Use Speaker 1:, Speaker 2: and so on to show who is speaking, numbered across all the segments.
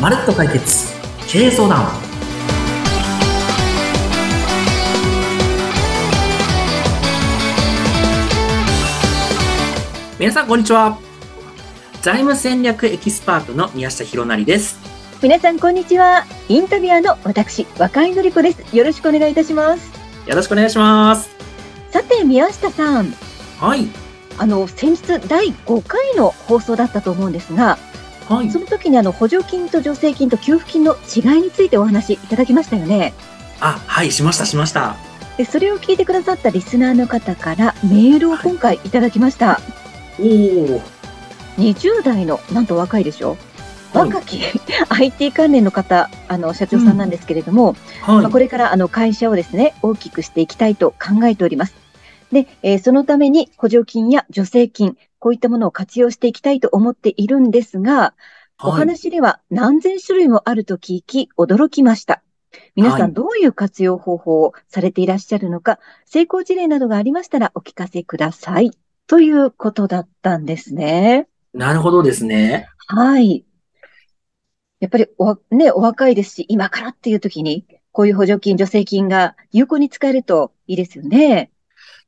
Speaker 1: まるっと解決経営相談皆さんこんにちは財務戦略エキスパートの宮下博成です
Speaker 2: 皆さんこんにちはインタビュアーの私若井のり子ですよろしくお願いいたします
Speaker 1: よろしくお願いします
Speaker 2: さて宮下さん
Speaker 1: はい
Speaker 2: あの先日第5回の放送だったと思うんですが
Speaker 1: はい
Speaker 2: その時にあの補助金と助成金と給付金の違いについてお話しいただきましたよね
Speaker 1: あはいしましたしました
Speaker 2: でそれを聞いてくださったリスナーの方からメールを今回いただきました、
Speaker 1: おお
Speaker 2: 20代のなんと若いでしょ
Speaker 1: はい
Speaker 2: 若き IT 関連の方あの社長さんなんですけれども、
Speaker 1: はい
Speaker 2: まあ、これからあの会社をですね、大きくしていきたいと考えております。で、えーそのために補助金や助成金、こういったものを活用していきたいと思っているんですが、お
Speaker 1: はい
Speaker 2: 話では何千種類もあると聞き、驚きました。皆さ
Speaker 1: は
Speaker 2: んどういう活用方法をされていらっしゃるのか、成功事例などがありましたらお聞かせください。ということだったんですね。
Speaker 1: なるほどですね
Speaker 2: はい。やっぱりおわ、ね、お若いですし、今からっていう時に、こういう補助金、助成金が有効に使えるといいですよね。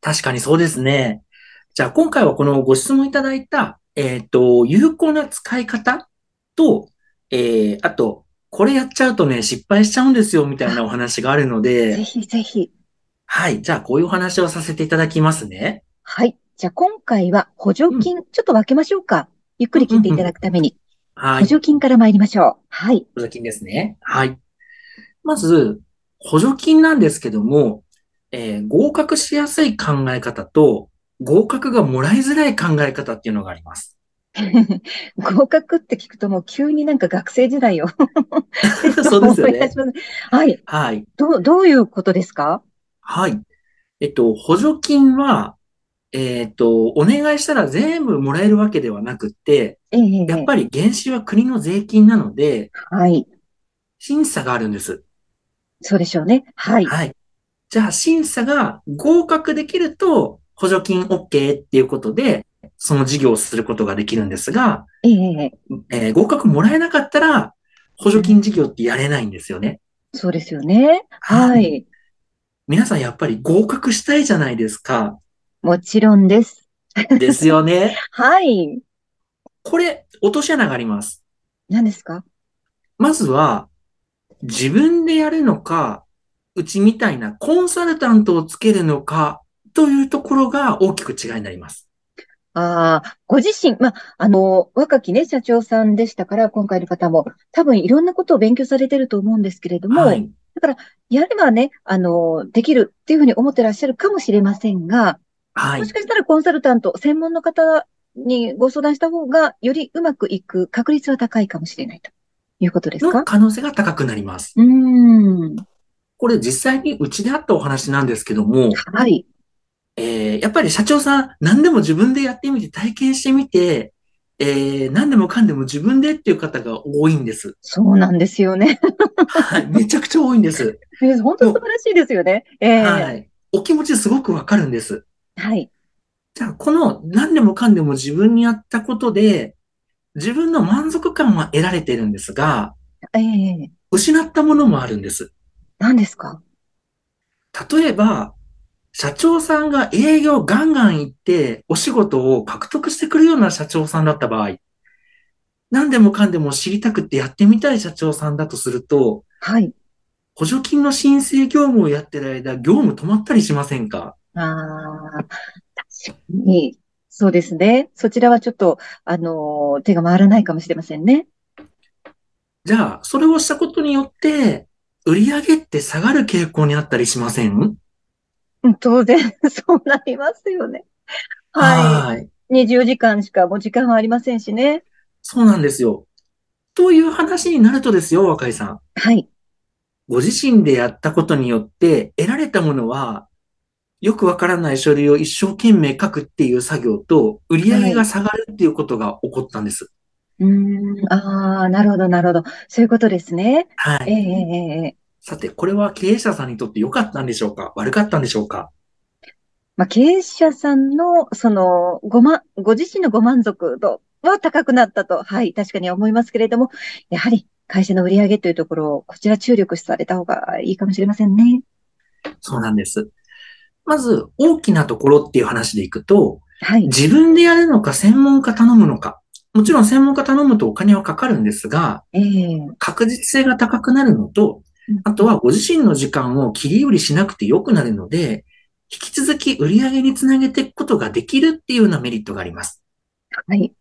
Speaker 1: 確かにそうですね。じゃあ今回はこのご質問いただいた、えっ、と、有効な使い方と、えー、あと、これやっちゃうとね、失敗しちゃうんですよ、みたいなお話があるの
Speaker 2: ぜ
Speaker 1: で、
Speaker 2: ひぜひ。
Speaker 1: はい。じゃあこういうお話をさせていただきますね。
Speaker 2: はい。じゃあ今回は補助金、ちょっと分けましょうか。ゆっくり聞いていただくために、
Speaker 1: は
Speaker 2: 補
Speaker 1: い。
Speaker 2: 助金から参りましょう。はい。
Speaker 1: 補助金ですね。はい。まず、補助金なんですけども、えー合格しやすい考え方と、合格がもらいづらい考え方っていうのがあり ます。
Speaker 2: 合格って聞くともう急になんか学生時代を
Speaker 1: そうですよ
Speaker 2: 思い出
Speaker 1: ね
Speaker 2: し。ますはい。
Speaker 1: はい。
Speaker 2: どう、どういうことですか
Speaker 1: はい。えっと、補助金は、えっと、お願いしたら全部もらえるわけではなくって、
Speaker 2: ええ
Speaker 1: やっぱり原資は国の税金なので、
Speaker 2: はい。
Speaker 1: 審査があるんです。
Speaker 2: そうでしょうね。はい。
Speaker 1: はい。じゃあ、審査が合格できると、補助金 OK っていうことで、その事業をすることができるんですが、
Speaker 2: ええ
Speaker 1: えー合格もらえなかったら、補助金事業ってやれないんですよね。
Speaker 2: そうですよね。は。
Speaker 1: はい皆さんやっぱり合格したいじゃないですか。
Speaker 2: もちろんです。
Speaker 1: ですよ ね。
Speaker 2: はい。
Speaker 1: これ、落とし穴があります。
Speaker 2: 何ですか
Speaker 1: まずは、自分でやるのか、うちみたいなコンサルタントをつけるのか、というところが大きく違いになります。
Speaker 2: ああ、ご自身、まあ、あの、若きね、社長さんでしたから、今回の方も、多分いろんなことを勉強されてると思うんですけれども、
Speaker 1: はい。
Speaker 2: やればね、あの、できるっていうふうに思ってらっしゃるかもしれませんが、
Speaker 1: はい
Speaker 2: もし。かしたらコンサルタント、専門の方にご相談した方が、よりうまくいく確率は高いかもしれないということです
Speaker 1: の
Speaker 2: か
Speaker 1: 可能性が高くなります。
Speaker 2: うーん。
Speaker 1: これ実際にうちであったお話なんですけども、
Speaker 2: はい。
Speaker 1: えーやっぱり社長さん何でも自分でやってみて体験してみて、えー何でもかんでも自分でっていう方が多いんです。
Speaker 2: そうなんですよね。
Speaker 1: はい。めちゃくちゃ多いんです。
Speaker 2: 本当に素晴らしいですよね。ええ
Speaker 1: はい。お気持ちすごくわかるんです。
Speaker 2: はい。
Speaker 1: じゃあ、この何でもかんでも自分にやったことで、自分の満足感は得られてるんですが、
Speaker 2: ええ
Speaker 1: 失ったものもあるんです。
Speaker 2: 何ですか
Speaker 1: 例えば、社長さんが営業ガンガン行って、お仕事を獲得してくるような社長さんだった場合、何でもかんでも知りたくてやってみたい社長さんだとすると、
Speaker 2: はい。
Speaker 1: 補助金の申請業務をやってる間、業務止まったりしませんか
Speaker 2: ああ、確かに。そうですね。そちらはちょっと、あのー手が回らないかもしれませんね。
Speaker 1: じゃあ、それをしたことによって、売り上げって下がる傾向にあったりしません
Speaker 2: うん当然、 そうなりますよね。は
Speaker 1: はい。
Speaker 2: い。24時間しかもう時間はありませんしね。
Speaker 1: そうなんですよ。という話になるとですよ、若井さん。
Speaker 2: はい。
Speaker 1: ご自身でやったことによって得られたものは、よくわからない書類を一生懸命書くっていう作業と、売り上げが下がるっていうことが起こったんです。
Speaker 2: うーん。ああ、なるほど、なるほど。そういうことですね。
Speaker 1: は
Speaker 2: ええ
Speaker 1: い。
Speaker 2: ええええ
Speaker 1: さて、これは経営者さんにとって良かったんでしょうか悪かったんでしょうか
Speaker 2: まあ、経営者さんの、その、ごま、ご自身のご満足度は高くなったと、はい、確かに思いますけれども、やはり会社の売り上げというところを、こちら注力された方がいいかもしれませんね。
Speaker 1: そうなんです。まず、大きなところっていう話でいくと、
Speaker 2: はい。
Speaker 1: 自分でやるのか専門家頼むのか。もちろん専門家頼むとお金はかかるんですが、
Speaker 2: ええ
Speaker 1: 確実性が高くなるのと
Speaker 2: うん、
Speaker 1: あとはご自身の時間を切り売りしなくて良くなるので、引き続き売り上げにつなげていくことができるっていうようなメリットがあります。
Speaker 2: はい。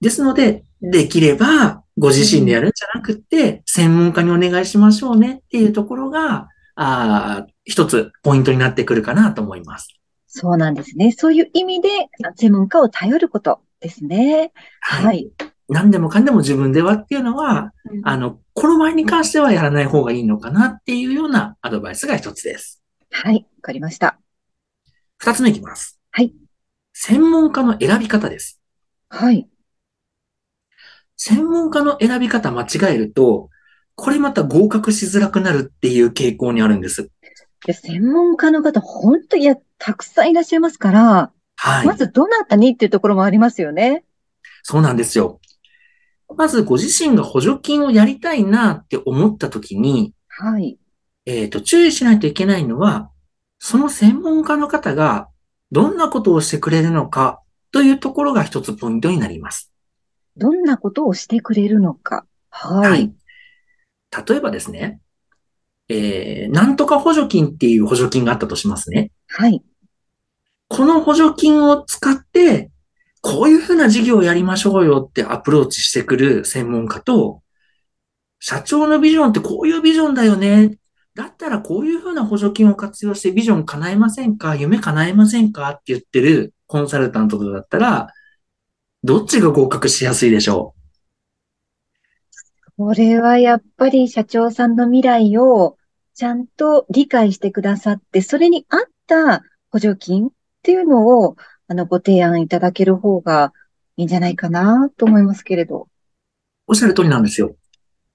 Speaker 1: ですので、できれば、ご自身でやるんじゃなくって、専門家にお願いしましょうねっていうところが、あー一つポイントになってくるかなと思います。
Speaker 2: そうなんですね。そういう意味で、専門家を頼ることですね。
Speaker 1: は。
Speaker 2: はいい。
Speaker 1: 何でもかんでも自分ではっていうのは、
Speaker 2: うん
Speaker 1: あの、頃合いに関してはやらない方がいいのかなっていうようなアドバイスが一つです。
Speaker 2: はい。わかりました。
Speaker 1: 二つ目いきます。
Speaker 2: はい。
Speaker 1: 専門家の選び方です。
Speaker 2: はい。
Speaker 1: 専門家の選び方間違えると、これまた合格しづらくなるっていう傾向にあるんです。
Speaker 2: で専門家の方、本当にいやたくさんいらっしゃいますから、
Speaker 1: はい。
Speaker 2: まずどなたにっていうところもありますよね。
Speaker 1: そうなんですよ。まずご自身が補助金をやりたいなって思った時に、
Speaker 2: はい。
Speaker 1: えっ、と、注意しないといけないのは、その専門家の方がどんなことをしてくれるのかというところが一つポイントになります。
Speaker 2: どんなことをしてくれるのか。はい。
Speaker 1: 例えばですね、えー、なんとか補助金っていう補助金があったとしますね。
Speaker 2: はい。
Speaker 1: この補助金を使って、こういうふうな事業をやりましょうよってアプローチしてくる専門家と、社長のビジョンってこういうビジョンだよね。だったらこういうふうな補助金を活用してビジョン叶えませんか夢叶えませんかって言ってるコンサルタントとだったら、どっちが合格しやすいでしょ
Speaker 2: これはやっぱり社長さんの未来をちゃんと理解してくださって、それに合った補助金っていうのを、あの、ご提案いただける方がいいんじゃないかなと思いますけれど。
Speaker 1: うおっしゃる通りなんですよ。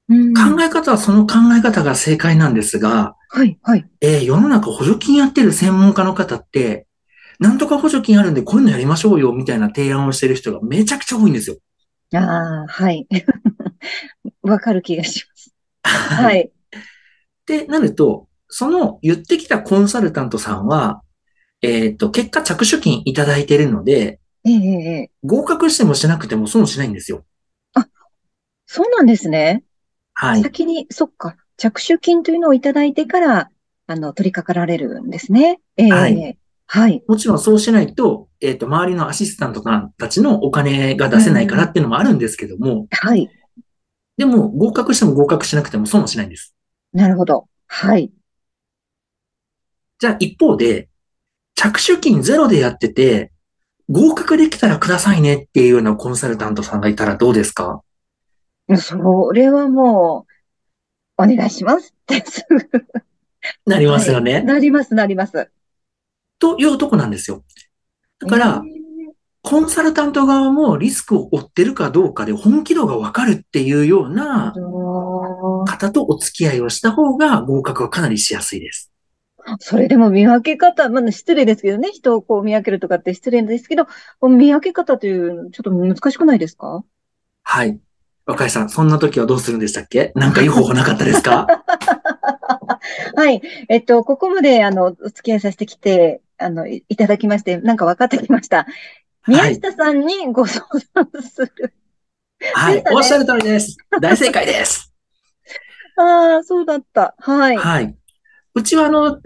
Speaker 2: うん。
Speaker 1: 考え方はその考え方が正解なんですが、
Speaker 2: はい、はい。
Speaker 1: えー世の中補助金やってる専門家の方って、なんとか補助金あるんでこういうのやりましょうよみたいな提案をしてる人がめちゃくちゃ多いんですよ。
Speaker 2: ああ、はい。 わかる気がします。は
Speaker 1: っ
Speaker 2: い。
Speaker 1: てなると、その言ってきたコンサルタントさんは、えっと、結果着手金いただいてるので、
Speaker 2: ええええ。
Speaker 1: 合格してもしなくても損しないんですよ。
Speaker 2: そうなんですね。
Speaker 1: はい。
Speaker 2: 先に、そっか、着手金というのをいただいてから、あの、取り掛かられるんですね。ええ
Speaker 1: はい
Speaker 2: はい。
Speaker 1: もちろんそうしないと、えっと、周りのアシスタントさんたちのお金が出せないからっていうのもあるんですけども、
Speaker 2: はい。
Speaker 1: でも合格しても合格しなくても損はしないんです。
Speaker 2: なるほど。はい。
Speaker 1: じゃあ一方で、着手金ゼロでやってて、合格できたらくださいねっていうようなコンサルタントさんがいたらどうですか
Speaker 2: それはもう、お願いしますってすぐ
Speaker 1: なりますよね。
Speaker 2: なります、なります。
Speaker 1: というとこなんですよ。だから
Speaker 2: え、え
Speaker 1: コンサルタント側もリスクを負ってるかどうかで本気度がわかるっていうような
Speaker 2: と
Speaker 1: 方とお付き合いをした方が合格はかなりしやすいです。
Speaker 2: それでも見分け方、まあ、失礼ですけどね、人をこう見分けるとかって失礼ですけど、見分け方という、ちょっと難しくないですか
Speaker 1: はい。若井さん、そんな時はどうするんでしたっけなんかいい方法なかったですか
Speaker 2: はい。えっと、ここまで、あの、お付き合いさせてきて、あの、いいただきまして、なんか分かってきました。
Speaker 1: は
Speaker 2: 宮
Speaker 1: い。
Speaker 2: 下さんにご相談する。
Speaker 1: はい。おっしゃる通りです。大正解です。
Speaker 2: ああ、そうだった。はい。
Speaker 1: はい。うちはあの、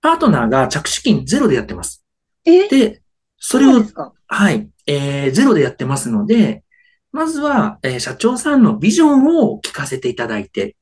Speaker 1: パートナーが着手金ゼロでやってます。
Speaker 2: え、
Speaker 1: で、それ
Speaker 2: そう
Speaker 1: を
Speaker 2: で、すか。
Speaker 1: はい、えー、ゼロでやってますので、まずは、えー社長さんのビジョンを聞かせていただいて、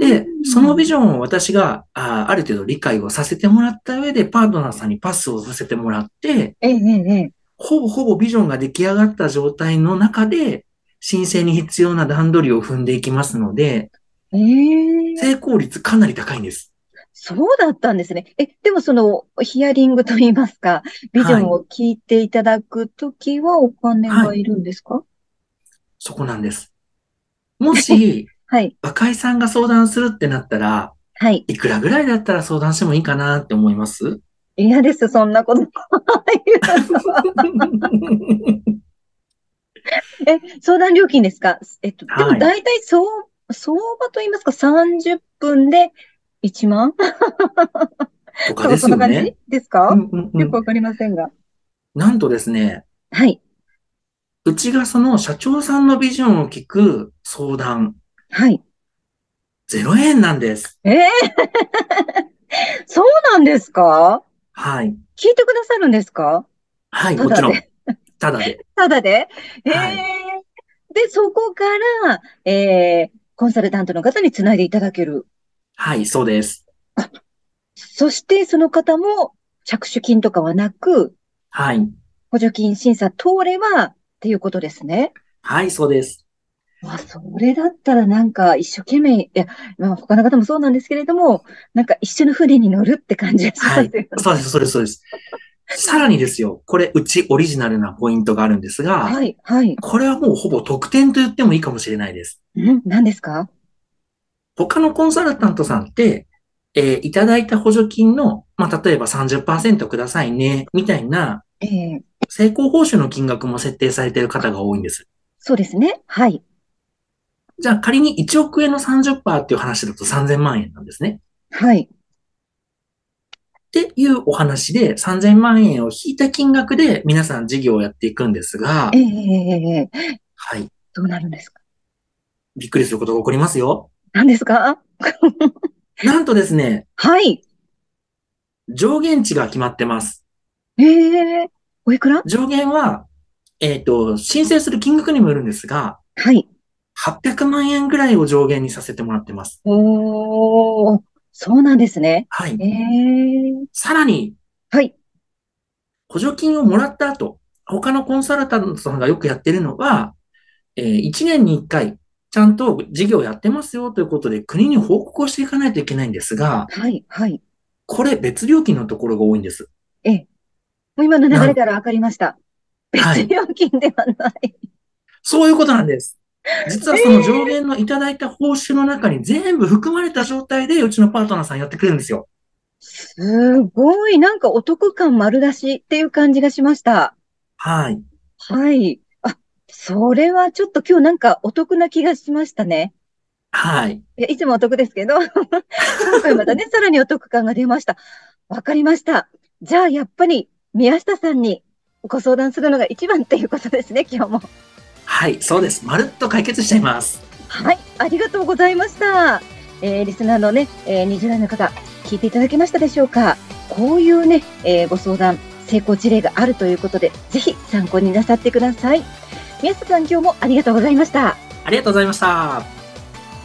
Speaker 1: で、そのビ
Speaker 2: ジ
Speaker 1: ジョンを私が、あーある程度理解をさせてもらった上で、パートナーさんにパスをさせてもらって、
Speaker 2: ョン。ええ、ええ、ええ。
Speaker 1: ほぼほぼビジョンが出来上がった状態の中で、申請に必要な段取りを踏んでいきますので、
Speaker 2: ええ
Speaker 1: 成功率かなり高いんです。
Speaker 2: そうだったんですね。え、でもそのヒアリングといいますか、ビジョンを聞いていただくときはお金がいるんですか
Speaker 1: そこなんです。も し、
Speaker 2: はい、
Speaker 1: 若井さんが相談するってなったら、
Speaker 2: はい。
Speaker 1: いくらぐらいだったら相談してもいいかなって思います
Speaker 2: 嫌です、そんなこと。え、相談料金ですかえっと、で
Speaker 1: は
Speaker 2: も
Speaker 1: い
Speaker 2: 大体相相場といいますか、30分で1万
Speaker 1: とか
Speaker 2: 多
Speaker 1: で
Speaker 2: 分
Speaker 1: す
Speaker 2: そん
Speaker 1: よ
Speaker 2: な感じ
Speaker 1: ね。
Speaker 2: ですか
Speaker 1: うんうんうん
Speaker 2: よくわかりませんが。
Speaker 1: なんとですね、
Speaker 2: はい。
Speaker 1: うちがその社長さんのビジョンを聞く相談、
Speaker 2: はい。
Speaker 1: 0円なんです。
Speaker 2: ええそうなんですか
Speaker 1: はい。
Speaker 2: 聞いてくださるんですか
Speaker 1: はい、
Speaker 2: ただ
Speaker 1: もちろん
Speaker 2: で。
Speaker 1: ただで。
Speaker 2: ただでええ
Speaker 1: はい
Speaker 2: で、そこから、ええコンサルタントの方につないでいただける。
Speaker 1: はい、そうです。
Speaker 2: そして、その方も着手金とかはなく、
Speaker 1: はい。
Speaker 2: 補助金審査通ればっていうことですね。
Speaker 1: はい、そうです。
Speaker 2: まあ、それだったらなんか一生懸命、いや、まあ他の方もそうなんですけれども、なんか一緒の船に乗るって感じがしますよね。
Speaker 1: そうです、そうです、そうです。さらにですよ、これ、うちオリジナルなポイントがあるんですが、
Speaker 2: はい、はい。
Speaker 1: これはもうほぼ特典と言ってもいいかもしれないです。
Speaker 2: うん、何ですか
Speaker 1: 他のコンサルタントさんって、えーいただいた補助金の、まあ、例えば30%くださいね、みたいな、
Speaker 2: ええ
Speaker 1: 成功報酬の金額も設定されている方が多いんです。
Speaker 2: そうですね。はい。
Speaker 1: じゃあ仮に1億円の30%っていう話だと3000万円なんですね。
Speaker 2: はい。
Speaker 1: っていうお話で3000万円を引いた金額で皆さん事業をやっていくんですが
Speaker 2: ええ、ええ
Speaker 1: はい。
Speaker 2: どうなるんですか
Speaker 1: びっくりすることが起こりますよ。
Speaker 2: 何ですか
Speaker 1: なんとですね、
Speaker 2: はい。
Speaker 1: 上限値が決まってます。
Speaker 2: ええおいくら
Speaker 1: 上限は、えっ、と、申請する金額にもよるんですが、
Speaker 2: はい。
Speaker 1: 800万円ぐらいを上限にさせてもらってます。
Speaker 2: おー、そうなんですね。
Speaker 1: はい
Speaker 2: え。え
Speaker 1: さらに、
Speaker 2: はい。
Speaker 1: 補助金をもらった後、他のコンサルタントさんがよくやってるのは、え1年に1回、ちゃんと事業やってますよということで国に報告をしていかないといけないんですが、
Speaker 2: はい、はい。
Speaker 1: これ別料金のところが多いんです。
Speaker 2: もう今の流れからわかりました。
Speaker 1: はい
Speaker 2: 別料金ではない。
Speaker 1: そういうことなんです。実はその上限のいただいた報酬の中に全部含まれた状態でうちのパートナーさんやってくれるんですよ。
Speaker 2: すごい、なんかお得感丸出しっていう感じがしました。
Speaker 1: はい。
Speaker 2: はい。あ、それはちょっと今日なんかお得な気がしましたね。
Speaker 1: はい。
Speaker 2: いや、いつもお得ですけど、 今回またね、さらにお得感が出ました。わかりました。じゃあ、やっぱり宮下さんにご相談するのが一番っていうことですね、今日も。
Speaker 1: はい。そうです。まるっと解決しちゃいます。
Speaker 2: はい、ありがとうございました。えーリスナーのね、えー20代の方、聞いていただけましたでしょうかこういうね、えーご相談、成功事例があるということで、ぜひ参考になさってください。宮下さん、今日もありがとうございました。
Speaker 1: ありがとうございました。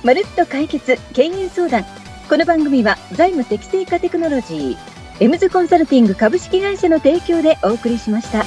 Speaker 2: まるっと解決経営相談この番組は財務適正化テクノロジーエムズコンサルティング株式会社の提供でお送りしました。